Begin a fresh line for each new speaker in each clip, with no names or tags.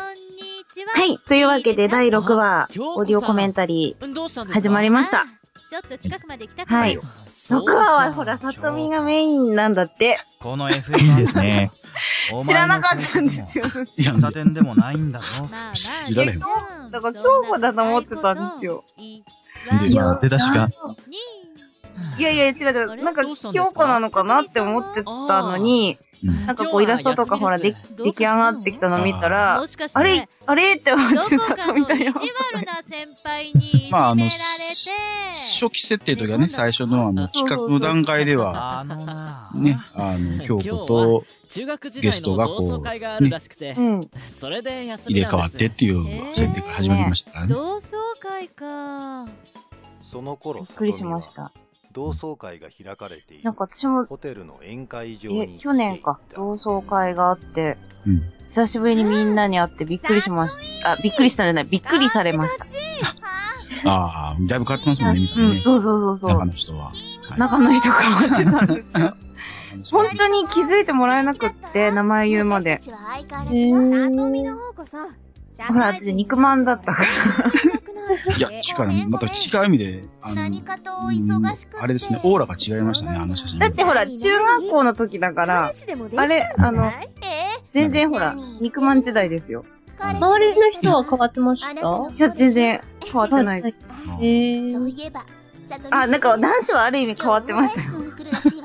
は
はいい。。
というわけで、第6話
あ、京子さん
オーディオコメンタリ
うんどうしたん
ー、
ですか
始まりました。
ちょっと近くまで行きたく
は
ないい。
6話は、ほら、さとみがメインなんだって。
この FM
ですね。
知らなかったんですよ。
いや、
喫茶店でもないんだぞ。
まあまあ
知らない
じゃん
だから、京子だと思ってたんですよ。
そん
で、
な
まあ、出だしが、
ことない
いやいや、違う
あ
違う。
れ
なんか、
どうしたんです
京
か
子なのかなって思ってたのに、
うん
なんかこう、イラストとかほら、でき、出来上がってきたの見た
とに
ら
も、しかして、
あれ、あれって思
ど
って
こ
さ
か
と
の
み
意
だ
地
よ
悪。な先輩にいじめ
まあ
ら
あ
れ
の
て、
初期設定というかね、最初のあの企画の段階では、
あ
あのな
ね、あの、京子と、
中学時
ゲ
代
スト
の
がこう
同窓会があるらしくて、
うん。
それで休み
入れ
なん
替
です
わってっていう設定から始まりましたからね。
同窓会か。
その
び
頃
っくりしました。
同窓会が開かれてい
なん
る
か私も、
ホテルの宴会場
え
に、
去年 か、同窓会があって、
うん
久しぶりにみんなに会ってびっくりしました。あ、びっくりしたんじゃない、びっくりされました。
ああ、だいぶ変わってますもんね、見た
う
目
ん、
ね。
そうそうそうそ
中
う。
の人は。
中の人変わってたんです。
本
本当に気づいてもらえなくって、名前言うまで。ほら、私肉まんだったから。
いや、違うから、また違う意味で、あの、
何かとお
うん
忙しくて
あれですね、オーラが違いましたね、あの写真。
だってほら、中学校の時だから、あれ、あの、
え
全然ほら、肉まん時代ですよ。
周りの人は変わってました
いや、全然変わってない。
え
そう
ー、
いえば、
あ、なんか男子はある意味変わってましたよ。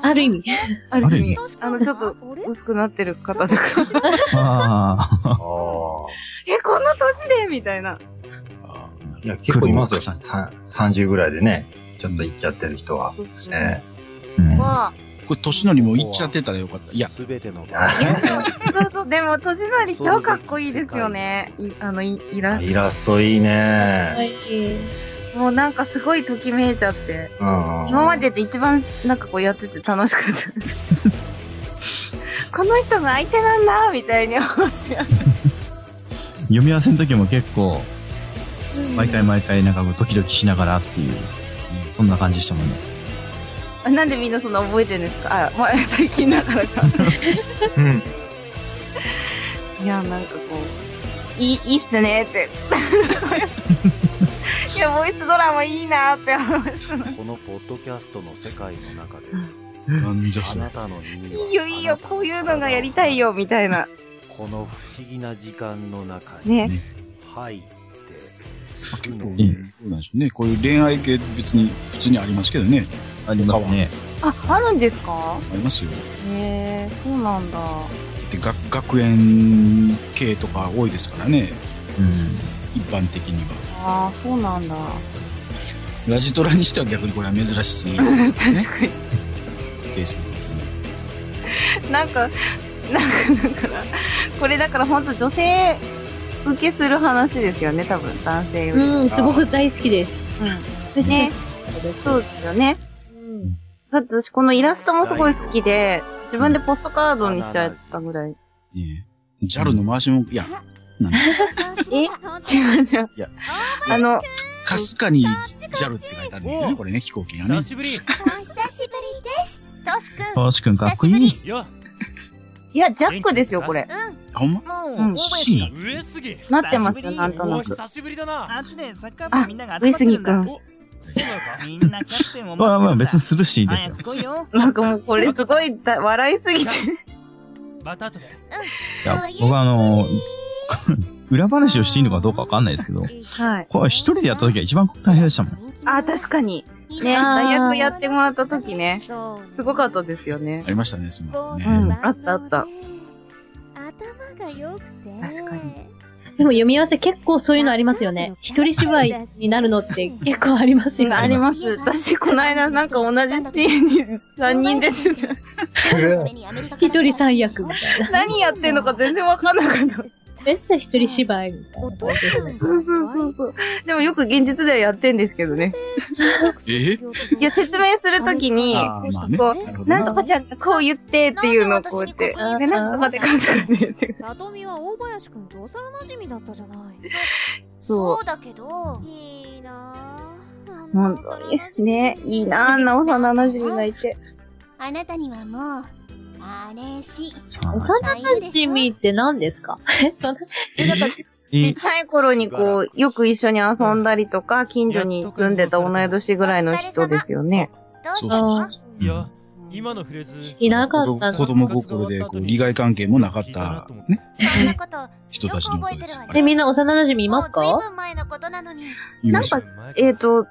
ある意味。
ある意味。あ
あ
のちょっと薄くなってる方とか。
ああ。
ああ。
え、この年でみたいな。
あーなる
いや、結構いますよ。
黒木
さん30ぐらいでね、ちょっと行っちゃってる人は。え
うん
は、
これ、年のりも行っちゃってたらよかった。いや、
すべての場
いや
合
そうそう、でも、年なり超かっこいいですよね。いあの、いイ ラ
えイラストいい
は
ね。
い。
もうなんかすごいときめいちゃって。
うん。
今までで一番なんかこうやってて楽しかった。 この人の相手なんだみたいに 思って。
読み合わせの時も結構、
毎回毎回、なんかこうドキドキしながらっていう、そんな感じしたもんね。
あなんでみんなそんな覚えてるんですかあ、まあ、最近だから さ。
うん。
いや、なんかこう、いい、いいっすねって。 いや、ボイスドラマいいなって思いました。
このポッドキャストの世界の中で、
なんじゃ
あ
それ
な。たの耳はい
いよいいよ、こういうのがやりたい。よ、みたいな。
この不思議な時間の中に
ね。
入っていく
結構
の
ね
で
そう
す
なん。でしょうね。こういう恋愛系別に普通にありますけどね。
ありますね。
あ、あるんですか
ありますよ。
へえ、そうなんだ。
で学学園系とか多いですからね。
うん。
一般的には。
ああ、そうなんだ。
ラジトラにしては逆にこれは珍しいですよね。
確か
ケース的に。
に。なんか、なんか、だから、これだから本当女性受けする話ですよね、多分、男性より。
うん、すごく大好きです。
うん。ね。そうですよね。
うん。
だって私このイラストもすごい好きで、自分でポストカードにしちゃったぐらい。
ねえ。JAL の回しも、いや、なんだ
え違う違う
いや。
あの、
かすかに JAL って書いてあるんだよね、これね、飛行機がね
久。しぶりい
お久しぶりです。としくん。
トシ君かっこいい。
や、
いや、ジャックですよ、これ。
う
あ、ほんま
うん。
C なんだ。
上杉
なってますよ、なんとなく。
久しぶりだな
あ、上杉くん。
お
まあまあ、別にするしいいですよ。
なんかもうこれすごいだ笑いすぎて。
また後で
いや僕はあの、裏話をしていいのかどうかわかんないですけど、
はい。
これ一人でやった時は一番大変でしたもん。
あ、確かに。
ん。
ね、
あー
大学やってもらった時ね。
そう
すごかったですよね
あ。りましたね、その
う
ね。
ん、あったあった。
頭が良くて。
確かに。
でも読み合わせ結構そういうのありますよね。一人芝居になるのって結構ありますよね。
あります。私、この間なんか同じシーンに3人出てて、
一人三役みたいな。
何やってんのか全然わかんなかった。
絶対一人芝居みたいな感じですね。
そうそうそうそう。でもよく現実ではやって んですけどね。
え
いや、説明するときに、
あーまあね。
こ
なるほ
う、
ど
なん
な。
とかちゃんがこう言ってっていうのをこうやって、
なん
で、
で私に
なんとかでかんとかでって。
さとみは大林くんと幼馴染だったじゃない。
そ
そうだけど。いいな
う。本当に。ね、いいなあんな幼馴染がいて。
あなたにはもう、あれし、
さあ
幼馴染って何ですかえ、そんな、え、なんか、
ちっちゃい頃にこう、よく一緒に遊んだりとか、近所に住んでた同い年ぐらいの人ですよね。
ど
そうう
ぞ。
そうそう。
いや、今のフレーズ。
いなか
子
ったんだ
供子供心でこう利害関係もなかった、ね、
そんなこと、
人たちのことです。あ
え、
れ
みんな幼馴染います
もうずい
か
ぶん前のことなのに。
言いまし
な
た
んえっ、と、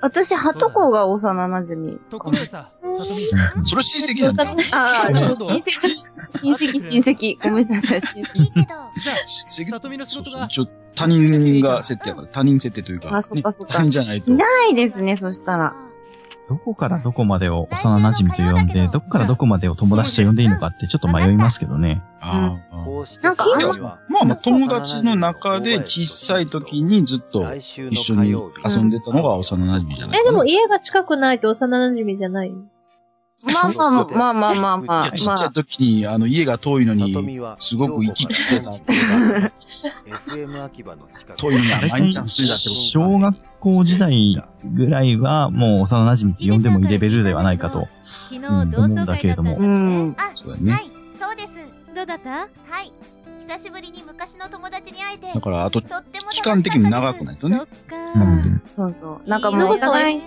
私、ハトコが幼馴染
と
か
ころ
な
でさ、
うん
さ
うん
それ親戚なんだ。
ああ、
な
親
るほど
戚、親戚、親戚。ごめんな さい、親戚。
いいけど、
とみ、
親戚
さとみの仕
そう
事
そう
が。
一応他人が設定やから、他人設定というか、
あそっかそっか
他人じゃないと。
ないですね、そしたら。
どこからどこまでを幼馴染と呼んで、どこからどこまでを友達と呼んでいいのかってちょっと迷いますけどね。
ああ
こうして
なんか
世
あん
界
ま
は
まあまあ友達の中で小さい時にずっと
来週の
一緒に
火曜日
遊んでたのが幼馴染じゃない
え、で
かな。
も家が近くないと幼馴染じゃない。
まあまあまあまあまあまあ
いや、ち
ま
っちゃい時に、あの、家が遠いのに、すごく行き来してたっていうか、
FM 秋葉の近く
遠いのに
あれ
毎日遊んでたってこと。
小学校時代ぐらいはもう幼馴染って呼んでもいいレベルではないかと。
昨日同窓会だったんだ
う
ね
ん。
あ、
そうだね
はい、そうです。
どうだった
はい。久しぶりに昔の友達に会えて、
だから、あと、
とっても楽し
期
かっ
間
たで
的
す
に長くないと
そっ。
ね
か。
うん
そうそう。なんかもうお互い、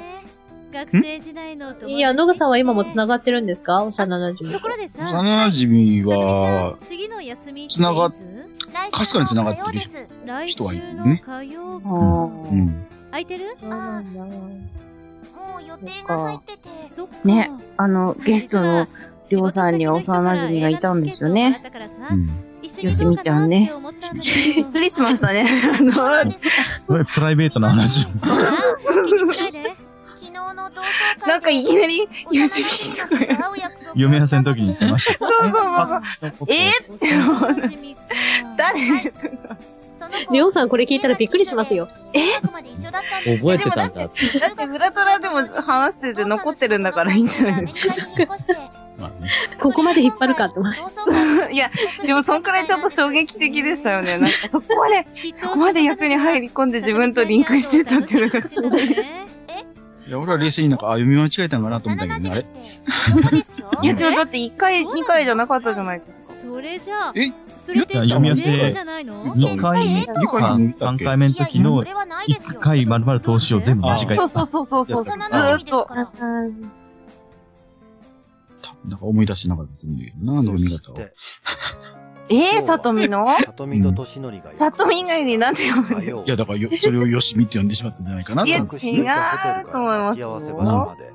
学生時代の友達
いや、野口さんは今も繋
が
がってるんですか幼馴染
ところでさ、
幼馴染は、
次の休み
繋がっ
っ
かすかに繋がってる人
人。
人はいるね
来週の火曜日
う
うん。
空いてる
そうなんだ
もう予定が入ってて、
そっか
ねあの、ゲストの、りょうさんには幼馴染がいたんですよね。
うん。
よしみちゃんね。びっくりしましたね。あの、
そ うです
それプライベートな話。
昨日の同窓会で
なんかいきなり、よしみとか
幼馴染と会う約束をしたのに
嫁屋さんの時に言って ました。
そうそうそう。え
誰
誰
その子
りょうさんこれ聞いたらびっくりしますよ。
えあくまで一緒だったんです
えてたんだだって、裏トラでも話してて残ってるんだからいいんじゃないです
アメリカに引っ越して
まあね
ここまで引っ張るかって思っ
同窓会
か。
に
いや、でもそんくらいちょっと衝撃的でしたよね。なんかそこまで、そこまで役に入り込んで自分とリンクしてたっていうのがすごい。い
いや、俺は冷静になんか、あ、読み間違えたんかなと思ったけどね、あれ
い
や、でもだって1回、2回じゃなかったじゃないですか。
それじゃあ、
え
それって
読み合わせ
じゃないの
2回目
二回目も言ったっ
3
け
回目の時の
れはないです
1
よ
回丸々投資を全部間違えて
そう
た。
そうそうそうそう。ず
幼
ーっ
馴染です
と
か。ら
た。
なんか思い出してなかったと思うんだけどな、あの読み方を。
えー、さとみの
さとみととしのりがよく
さとみ以外になんて呼ぶの
火曜
いや、だからよ、それをよしみって呼んでしまったんじゃないかなと
いや
思
違
っ
う
て。
と思いますよ
待ち合わせ場所まで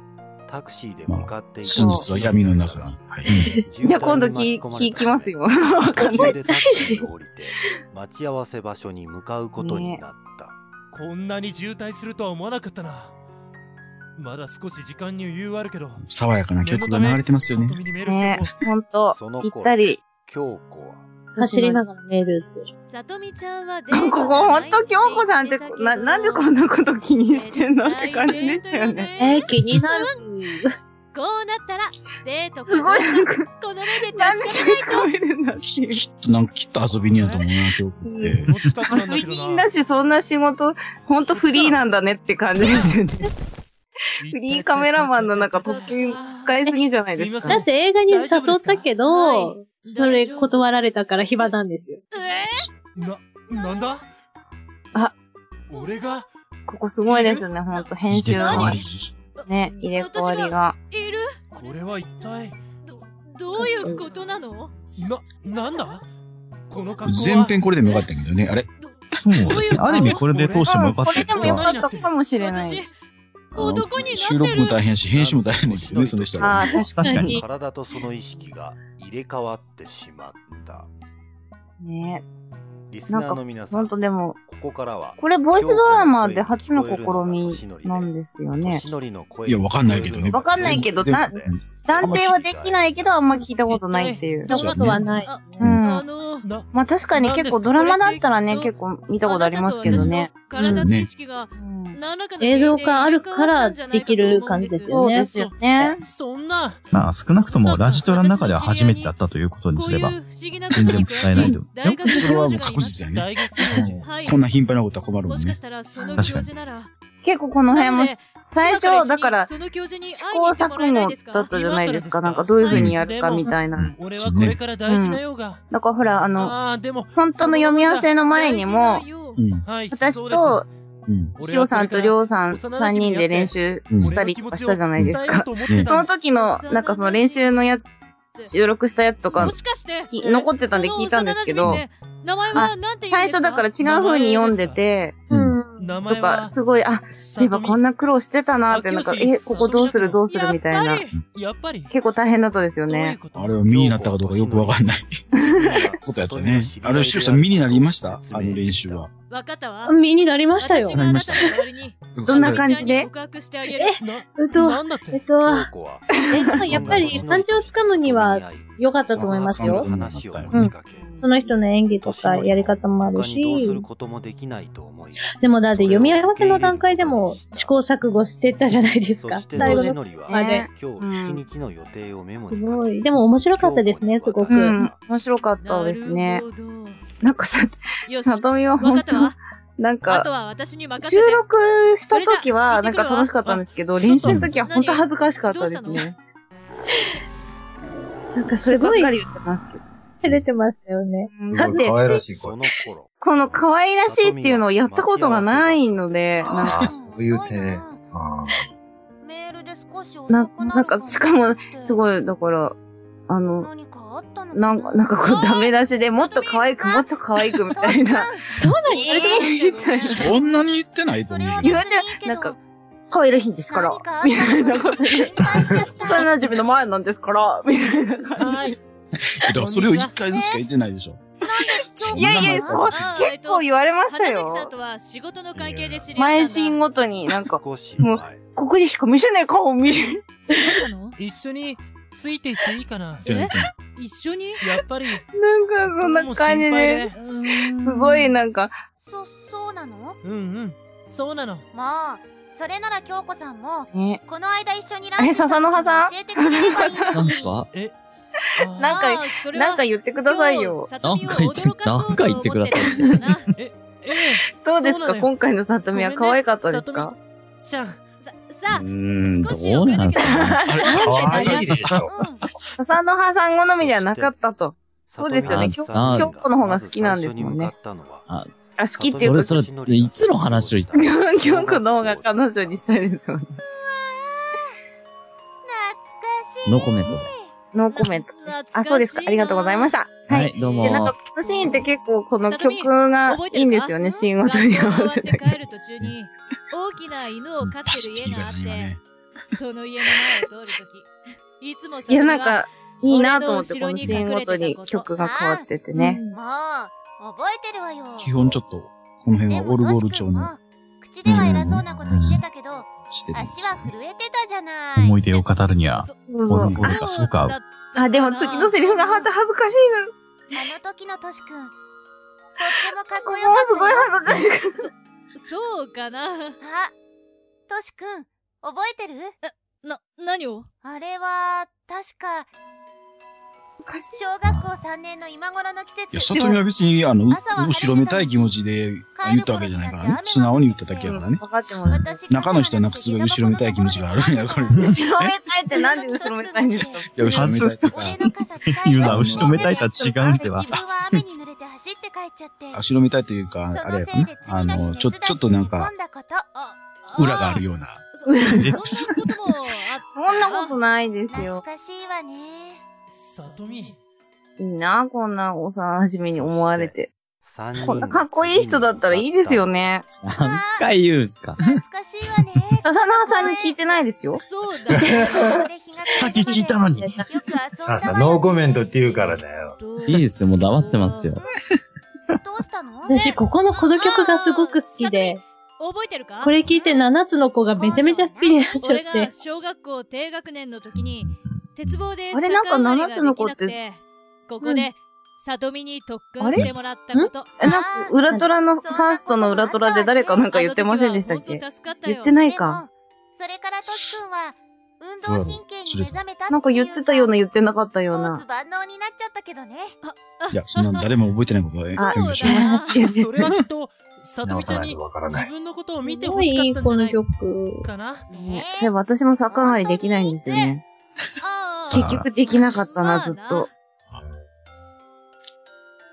タクシーで向かっていた
真実は闇の中に。はい。
じゃあ今度聞聞きます よ。わかん
途
な
中
い。
でタクシーを降りて、 待ち合わせ場所に向かうことになった。
こんなに渋滞するとは思わなかったな。まだ少し時間に余裕あるけど。
爽やかな曲が流れてますよね
さ。とみにメール
ね
しよう
ほんと、
その
ぴ
頃
ったり。
京子は、
走りながらメールって。
さとみちゃんはデー
こ
トじ
こ
ゃな
ほ
い
んと京子さんってな、なんでこんなこと気にしてんのって感じでしたよね。
えー、気になる。
こうなったら、デート
すごいなんか、
この目で確か
なん
めな
で
い
確かめるんだって
き
いう。
きっと、なんか、きっと遊びにやと思うな、京子って。
この近くなん
遊
だ
び
け ど
人
な
だ。し、そんな仕事、ほんとフリーなんだねって感じですよね。フリーカメラマンのなんか特権使いすぎじゃないです
すい
か
だ
ま
っ。て映画に誘ったけ
は
ど、
い
それ断られたから暇なんですよ。
えー
な、なんだ
あ
俺が
ここすごいですね、ほんと。編集の
何
ね、入れ替わりが。
いる
これは一体、
どどういうことなの
な、なんだこの格好は
全編これでもよかったけどね、あれ。
そうですね。ある意味これで通してもよか
うん、こ
ったけ
れで
ど
もよかったかもしれない。
あの
男に
収
なっ
録
て
も
る
大変し、編集も大変だけどね、それした
ああ
ら。
ー、確か
確か
に。
に
体とその意識が入れ替わってしまった。
ね
リスナーの皆さ
ほ
ん、
んとでも、
ここからは、
これボイスドラマで初の試みなんですよね。
年のりの声
いや、わかんないけどね。
わかんないけどな
全
断定はできないけど、あんま聞いたことないっていう。
そんなことはない。
あ
うん
あの
な、
まあ確かに結構ドラマだったらね、結構見たことありますけどね。
あなたと私の体の意識が
うん
何らかの
映像化あるからできる感じです
そ
よ
うで
ね。
すよね。
そんな、
まあ少なくともラジトラの中では初めてだったということに
こ
す
う
れ
いう不
ば。
思議なこ
全
と
然
に
もったいないと。
大学
それはもう確実やね。
大学教授
こんな頻繁なことは困る
も
もん
しか
ね
し。たらその教
確かに
授なら
結構この辺もし最初、だから、
その教授に
試
会いに
行
行ってもらえない
錯
です
誤
か
だったじゃないですか。なんか、どういう風にやるかみたいな。
俺はこれから大事な用が。
だから、ほら、あの、
ああー、でも、
本当の読み合わせの前にも
大、事なよ
うん。
はい、
私
そうです
と、
うん。
しおさんとりょうさん、3人で練習したりとかしたじゃないですか。。その時の、なんかその練習のやつ、収録したやつとか
も、しかして
き残ってたんで聞いたんですけど
その幼馴染って名前はなんて言うん
最
です
初だから違う風に読んでて、
うん。
名
と
前
か、
は、
すごい、あ、そういえばこんな苦労してたなって、
あ
なんか、
清志
え、ここどうするどうするみたい
やっ
な
ぱ。り
やっぱり、
結構大変だったですよ
どういう
ね。
こと
あれは身になったかどうかよくわかんないことやったね。 あれ、しゅうさん身になりましたあの練習は。
わかったわ。
身になりましたよ
私。があなたの代わりに
どんな感じで
お兄ちゃんに告白してあげる
な
うんと、
なんだっ
えってと、
京子は
えっと、やっぱり感情をつかむには良かったと思いますよ。
話を持ちかけ
その人の演技とかやり方もある
他にどうする
し、
こともできないと思い
でもだって読み合わせの段階でも試行錯誤してったじゃないです
そ
か。
して
最
の
後
じ
の。
のりは
あれ
今
うん
日一日の予定をメモに
す
書き
ごい。でも面白かったですね、すごく。
う、
うん
面白かったですね。
なるほど
なんかさ、
よし、
さとみは
わか
本
ったわ
当。な
あ
ん
と
か、
は私に任せ
収
て。
録した時は、なんか楽しかったんですけど、
それじゃあ
練習の時は本当恥ずかしかったです
どうした
ね。
なんか
そ
そ
れ
れ
ば
ば
っ
っ
か
か
り言ってますけど。
り出てましたよね。
うんだって
可、愛らしい
そ
声
の。頃
この可愛らしいっていうのをやったことがないので、なんか、
あーそういう手。あ
メールで少し遅く
な
る
なんかしかもす
い
ごい、だから、あの、
何かあったのか
なんか、なんかこう、ダメ出しでもっと可愛く、
あ
もっと可愛くみた いな。
そうなん
えーみたいな。
そんなに言ってないと思う
言
けど
わ。れて、なんか、可愛らしいんですから、みたいなことで。幼なじみの前なんですから、みたいな感じ。
はい。
だからそれを一回ずつしか言ってないでしょ。
いやいや、そう、結構言われました
花崎さん
よ。
とは仕事の関係で知り合ったんだ。
毎シーン
ど
ごとになんか、
少し前
ここでしか見せない顔を見る。
うしたの
一緒についていっていいかな
言ってない言ってない。
一緒に
やっぱり、
なんか、 そんな感じで。
す
すごい、なんか、
そ、そうなの
うんうん、そうなの。
まあ、それなら京子さんも、
ね。
この間一緒にラ
あれ笹の葉さん
教えてくれればいいのに
なんですか
え、
な
あ
んかなんか言ってくださいよ。。
なんか言ってなんか言ってくだ
さい。
ーえ
どうです
そうな
か
のよ
今回のさとみは可愛かったですか
ー、ちゃん、
さ
うー
さ。
ん、どうなんすかね。
あれ、可愛いでしょ。
笹の葉さん好みではなかったと。そうですよね
里
京
見さん
京
子の方が好きなんですもんね
まず最初に向かったのは
あ、好きってい
そうれ
か、
それ、いつの話を言って
京子の方が彼女にしたいですもん ね。
ノーコメントで。
ノーコメント。あ、そうですか。ありがとうございましたた。は。
はいい、どう
で、なんか、
も。
このシーンって結構この曲がいいんですよね、シーンごとに合わせて
学校。が終わって帰る途中に、大きな犬を飼っ
パシ
てる
ッて
家
言い
があ
方
っ
ね、今ね
て、。その家の前を通るとき、いつもさ
いや、なん、か、いいなと思って、このシーンごとに曲が変わっててね。
もう、覚えてるわよ。
基本ちょっと、この辺
で
は
も
オルゴール調の。
口では偉そうなこと言ってたけど、
してるんです
足
よ
は
ね。
震えてたじゃない。
思い出を語るには、
そう
オ
そ
ル
う。
ゴールがそうか。
あ、でも次のセリフがまた恥ずかしいな。
あの時のとしくん、とってもかっ
も
こ
う
よかった。
すごい恥ずかしい。
そう かな。
あ、としくん、覚えてる
な、何を
あれは、確か、
恥ずかしい。
小学校3年の今頃の季
いや、
節。
里見は別に、あの、う
朝は
後ろめたい気持ちであ言ったわけじゃないからね。素直に言っただけやからね。
分かってもらう。
私
中の人はなんかすごい後ろめたい気持ちがあるんやこれい
後ろめたいってなんで後ろめたいんですか
や、後ろめたいとか、
言う
な後ろめ
たいとは違うん では
自分は雨に濡れて走って帰っちゃって。
後ろめたいというか、あれやかな。あの、ちょ、ちょっとなんか、裏がある
よ。
ような。
そそんなこともあっ
そんなことないです
懐
よ。
かしいわね。
さとみ。
いいな、こんな幼馴染に思われて。
三人
こんなかっこいい人だったらいいですよ。ね。
何回言うんすか。
懐かしいわね。
笹川さんに聞いてないですよ
た。。そうだけ
さっき聞いたのに。
さあさあ、ノーコメントって言うからだよ。
ど。
いいですよ、もう黙ってますよ。
どうしたの
私、ここのこの曲がすごく好きで、
覚えてるか
これ聞いて7つの子がめちゃめちゃ好きになっちゃ
俺
って
が。小学校低学年の時に、鉄棒で
あれなんか
逆上がり
七つの子っ
が
て
できなくて、ここで、里見に特訓してもらったこと。
え、なんか、裏トラの、ファーストの裏トラで誰かなんか言ってませんでしたっけ言って
い。
ないか。
でもそれからとしくんは、運動神経に目覚めたっていう
なんか言ってたような言ってなかったよう
スポー
な。
ツ万能になっちゃったけどね。
いや、そんな誰も覚えてないことは、
あ
言いましょう。
あ
あ
それ
それはきっと、さとみちゃん
直さな
に
いとわからない
自分のことを見て
す
ほ
ごい
しか
いい、
ったんじ
こ
ゃな
の
い
曲。
かな
そういえば私も逆上がりできないんですよね。結局できなかったな、ずっと。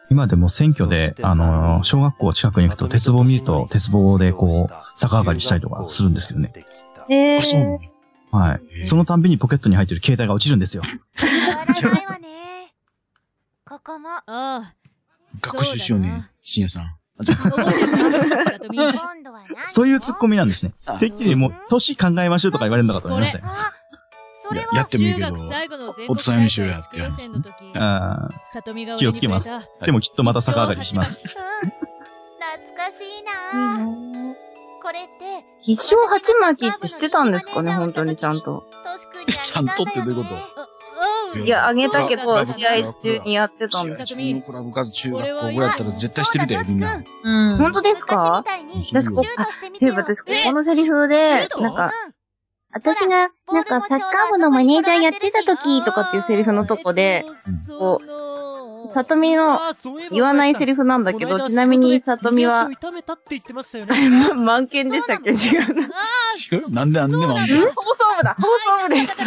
今でも選挙で、あの、小学校近くに行くと鉄棒を見ると、鉄棒でこう、逆上がりしたりとかするんですけどね。
え
あ、そうな
ー
の、
はい。そのたんびにポケットに入ってる携帯が落ちるんですよ。
終わらないわね。ここも、
学習しようね、深夜さん。
今度は何
そういうツッコミなんですね
あ。
てっきりもう、年考えましょうとか言われるのかと思いましたよ。
あ、そ
い
れ
や
は、
やってもいい
中
けど、
学最後の全
お
国
おつさみしようやって
大会
話
選
ね
の時
ああ
里見が
気をつけます
俺にくれ
ー。でもきっとまた逆上がりします。
うん。懐かしいなぁ。これって、
必勝鉢巻きって知ってたんですかね、本当にちゃんと。
トシ君にあげたんだよね
ちゃんとってどういうこと
たうん
いや、あげたけ
ラ
ど、
ブ
試合中にやってたん
試
で
合
す。
中のコラボ活中学校ぐらいだったら絶対してるで、みんな。
うん。
本当ですか
私
そ
こ
ういえば私、このセリフで、なんか、私が、なんかサッカー部のマネージャーやってた時とかっていうセリフのとこで、こ
う
さとみの言わないセリ
フ
フなんだけど、ちなみにさとみは、
痛めたって言ってましたよね
満点でしたっけ違うな。
違うなんでなんでもあ
放
ん
送部だ放送部でし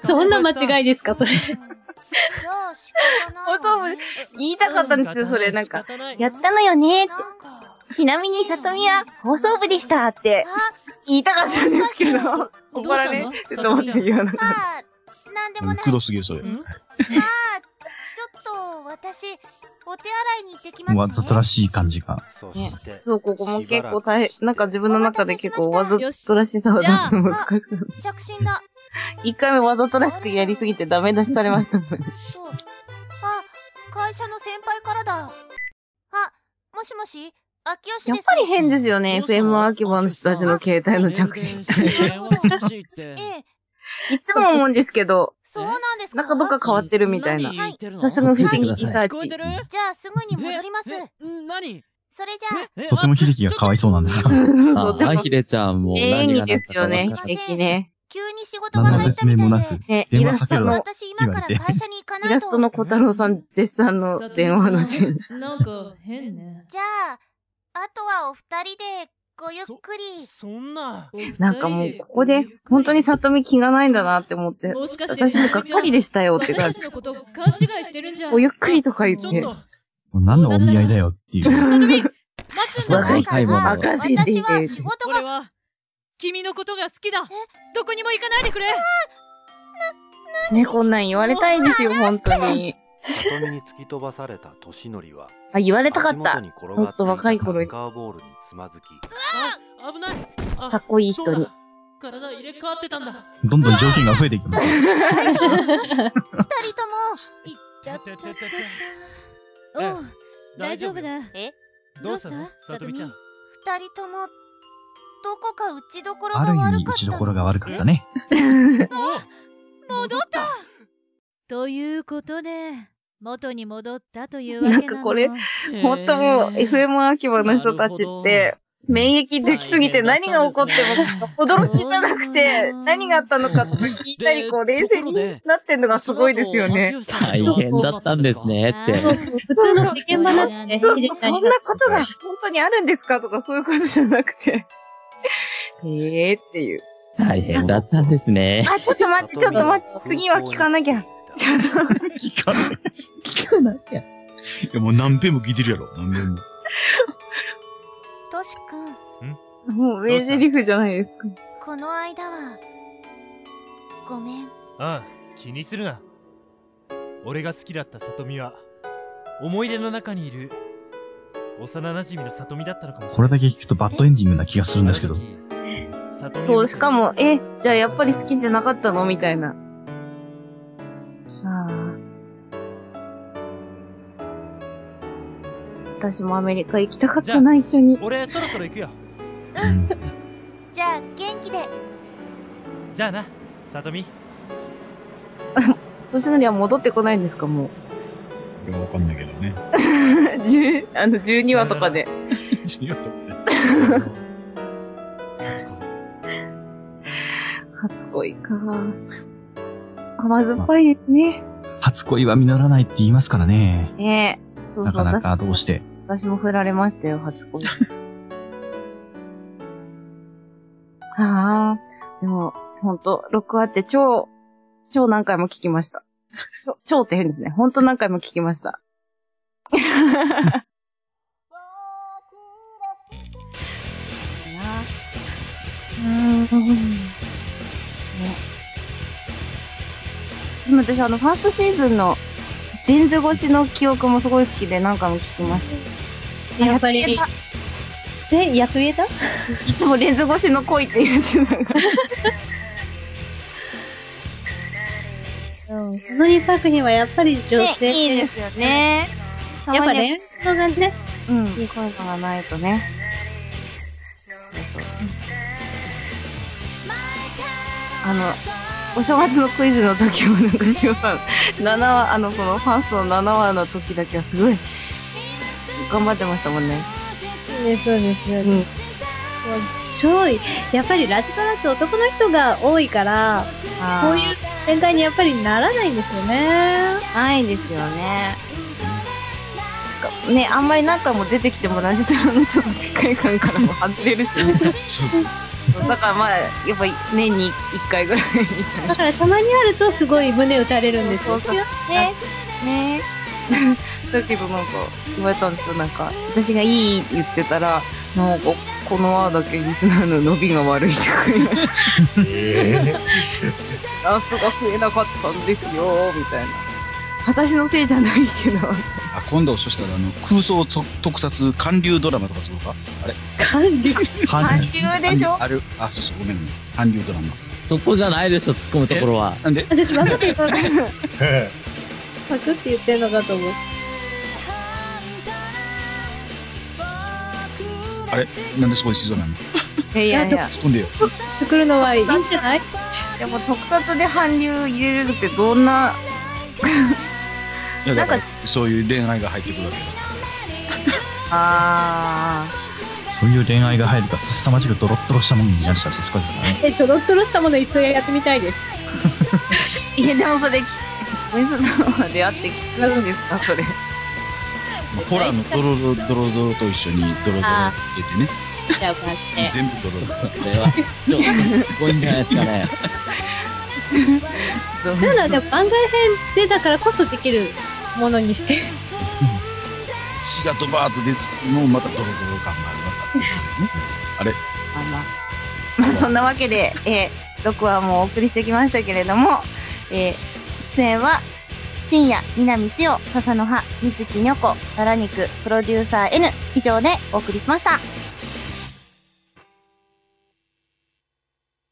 た。
どんな間違いですか、それ。
放送部、言いたかったんですよ、それ。なんか、やったのよねって。ちなみに、さとみは放送部でしたって言いたかったんですけど、ここらね、ちょっと待って言わなかっ
あ、なんでも
まう
な
ん。
い
くどすぎる、それ。
うん
まあ、ちょっと私、お手洗いに行ってきます、ね。
わざとらしい感じが。
そして
た。そう、ここも結構大変、なんか自分の中で結構わざとらしさを出すの 難しくなっ
着信だ。
た。一回目わざとらしくやりすぎてダメ出しされましたもんね。
そうあ、会社の先輩からだ。あ、もしもし、秋吉
や
で
っ
す。
ぱり変ですよね、FM 秋葉の人たちの携帯の着信って。
ええ、
いつも思うんですけど、
そうなんですか。
中部が変わってるみたいな。さすが不思議リサーチ。
じゃあ、すぐに戻ります。
何
それじゃあ、
とても秀樹がかわいそうなんですが。
ああ、ひでちゃんもう
演
何が
技
な
で
ん
す
だかわ
よ
かんない
ね、秀樹ね。
急に仕事が入ったみ
何の説明も
た
ないく
で。
ね、イ
電
ラ
話
ス
かけ
ト
ろ
の、
私今から会社に行か
イ
ない
ラストの
と。
小太郎さん、絶賛の電話のシーン。
なんか変ね。
じゃあ、あとはお二人で、ごゆっくり。
そんな
なんかもう、ここで、本当に
さ
里見気がないんだなって思って、
もしかして
私もがっかりでしたよって
私
感
た
じ
ち。のこと勘違いしてるんじゃん。
おゆっくりとか言っ、
ちょってと
もう何のお見合いだよっ ていう。
待つんだ。
若いタイムなの
任せていて
私は仕事が
俺は君のことが好きだ。どこにも行かないでくれ。
ね、こんなん言われたいですよ、本当に。
里見に突き飛ばされた年則は
あ、言われたか
足
っ
元
た。
に転が
もっと
って
若
い
い
たサ
頃
ッ
に
カーボールにつまずき
あ危ないあ
かっこいい
そ
人
う
に
だ。体入れ替わってたんだ
どんどん条件が増えていきます。
二人とも、
だった
てててて
おう大丈夫だ。
え
どうした
どう
の
した
さとみちゃん
二人とも、どこか打ちどころが
ある
悪かった。
意味、打ちどころが悪かったね。
戻った
ということで元に戻ったというわけなの。
なんかこれ本当もう、FM 秋葉の人たちって、免疫できすぎて何が起こっても驚きじゃなくて、何があったのかとか聞いたり、こう冷静になってんのがすごいですよね。。
大変だったんです。ねって。
そうそう普通の事件話ね、
そ
そうう
秀樹さ
そんなことが本当にあるんですかとかそういうことじゃなくて。ええっていう。
大変だったんですね。
あ、ちょっと待って、ちょっと待って、次は聞かなきゃ。ちょっと、
聞かない。
聞かなきゃ。
いや、もう何遍も聞いてるやろ、何遍も。
トシ君、
もう名セリフじゃないですか。
この間は、ごめん。
ああ気にするな俺が好きだった里美は思い出の中にいる幼馴染の里美だったのかもしれない
これだけ聞くとバッドエンディングな気がする んですけど。
そう、しかも、え、じゃあやっぱり好きじゃなかったのみたいな。ああ。私もアメリカ行きたかったな、一緒に。
俺そろそろ行くよ
うん
じゃあ、元気で。
じゃあな里美
年のりは戻ってこないんですか、 もう。
いや、わかんないけど ね。
10あの、12話とかで。
違うと思って
初恋か。甘酸っぱいですね。
初恋は実らないって言いますからね。
ねえ。そう
な
そう、
かなか
私
ど
も
うして。
私も振られましたよ、初恋。ああ、でも、ほんと、録画って超、超何回も聞きました。超超って変ですね。ほんと何回も聞きました。
うん。
でも私、あの、ファーストシーズンの、レンズ越しの記憶もすごい好きで何回も聞きました。
やっぱり
言えた
で、やっと言えた
いつもレンズ越しの恋って言ってたのが。
うん。この2作品はやっぱり女性
ねいいですよね。
やっぱ恋愛がね、
うん。いい声がないとね。そうそう。あの、お正月のクイズの時もなんか塩さん、7話、あの、そのファーストの7話の時だけはすごい、頑張ってましたもんね。
ねそうですよね。もうちょい、やっぱりラジカラって男の人が多いから、
あー
こういう展開にやっぱりならないんですよね。
ないですよね。しかもね、あんまり何回も出てきてもラジタラのちょっと世界観からも外れるし。
そうそう。
だからまあ、やっぱ年に1回ぐらいみたいな
だ。からたまにあるとすごい胸打たれるんです
そ
よ。
うそうね。 ねだけどなんか、言われたんですよ。なんか、私がいい言ってたら、なんか、この輪だけリスナーの伸びが悪いとか言われて、
え
ラストが増えなかったんですよ、みたいな。私のせいじゃないけど。
あ、今度、そしたら、あの、空想と特撮、韓流ドラマとかするかあれ
韓流
韓流でしょ
ある、あ、そうそう、ごめんごめん。韓流ドラマ。
そこじゃないでしょ、突っ込むところは。
なんで
私、パクって言った
え
パクって言ってんのかと思う。
あれなんでそこで静岡なの
いやいやいや。
突っ込んでよ。
作るの はいいんじゃない
でも特撮で韓流入れるってどんな、
いや、だか
な
ら、そういう恋愛が入ってくるわけだから。
あー。
そういう恋愛が入るから、すさまじくドロッドロしたものになっちゃうとかですからね。
え、ちょろっとろしたもの一度やってみたいです。
いや、でもそれ、き 水野まで会って聞くんですか、それ。
まあホラーのドロドロドロドロと一緒にドロドロ入れてね。
じゃあ、こうやって。
全部ドロドロ。
これは、ちょっとしつこいんじゃないですかね。
どう
そういうのはでも番外編でだからこそできるものにして。
血がドバーッと出つつも、またドロドロ感がまたあってっていうね。
まあ まあ、まあ、そんなわけで、えー、6話もお送りしてきましたけれども、えー、出演は、深夜、南潮、笹の葉、水木にょこ、奈良肉、プロデューサー N、以上でお送りしました。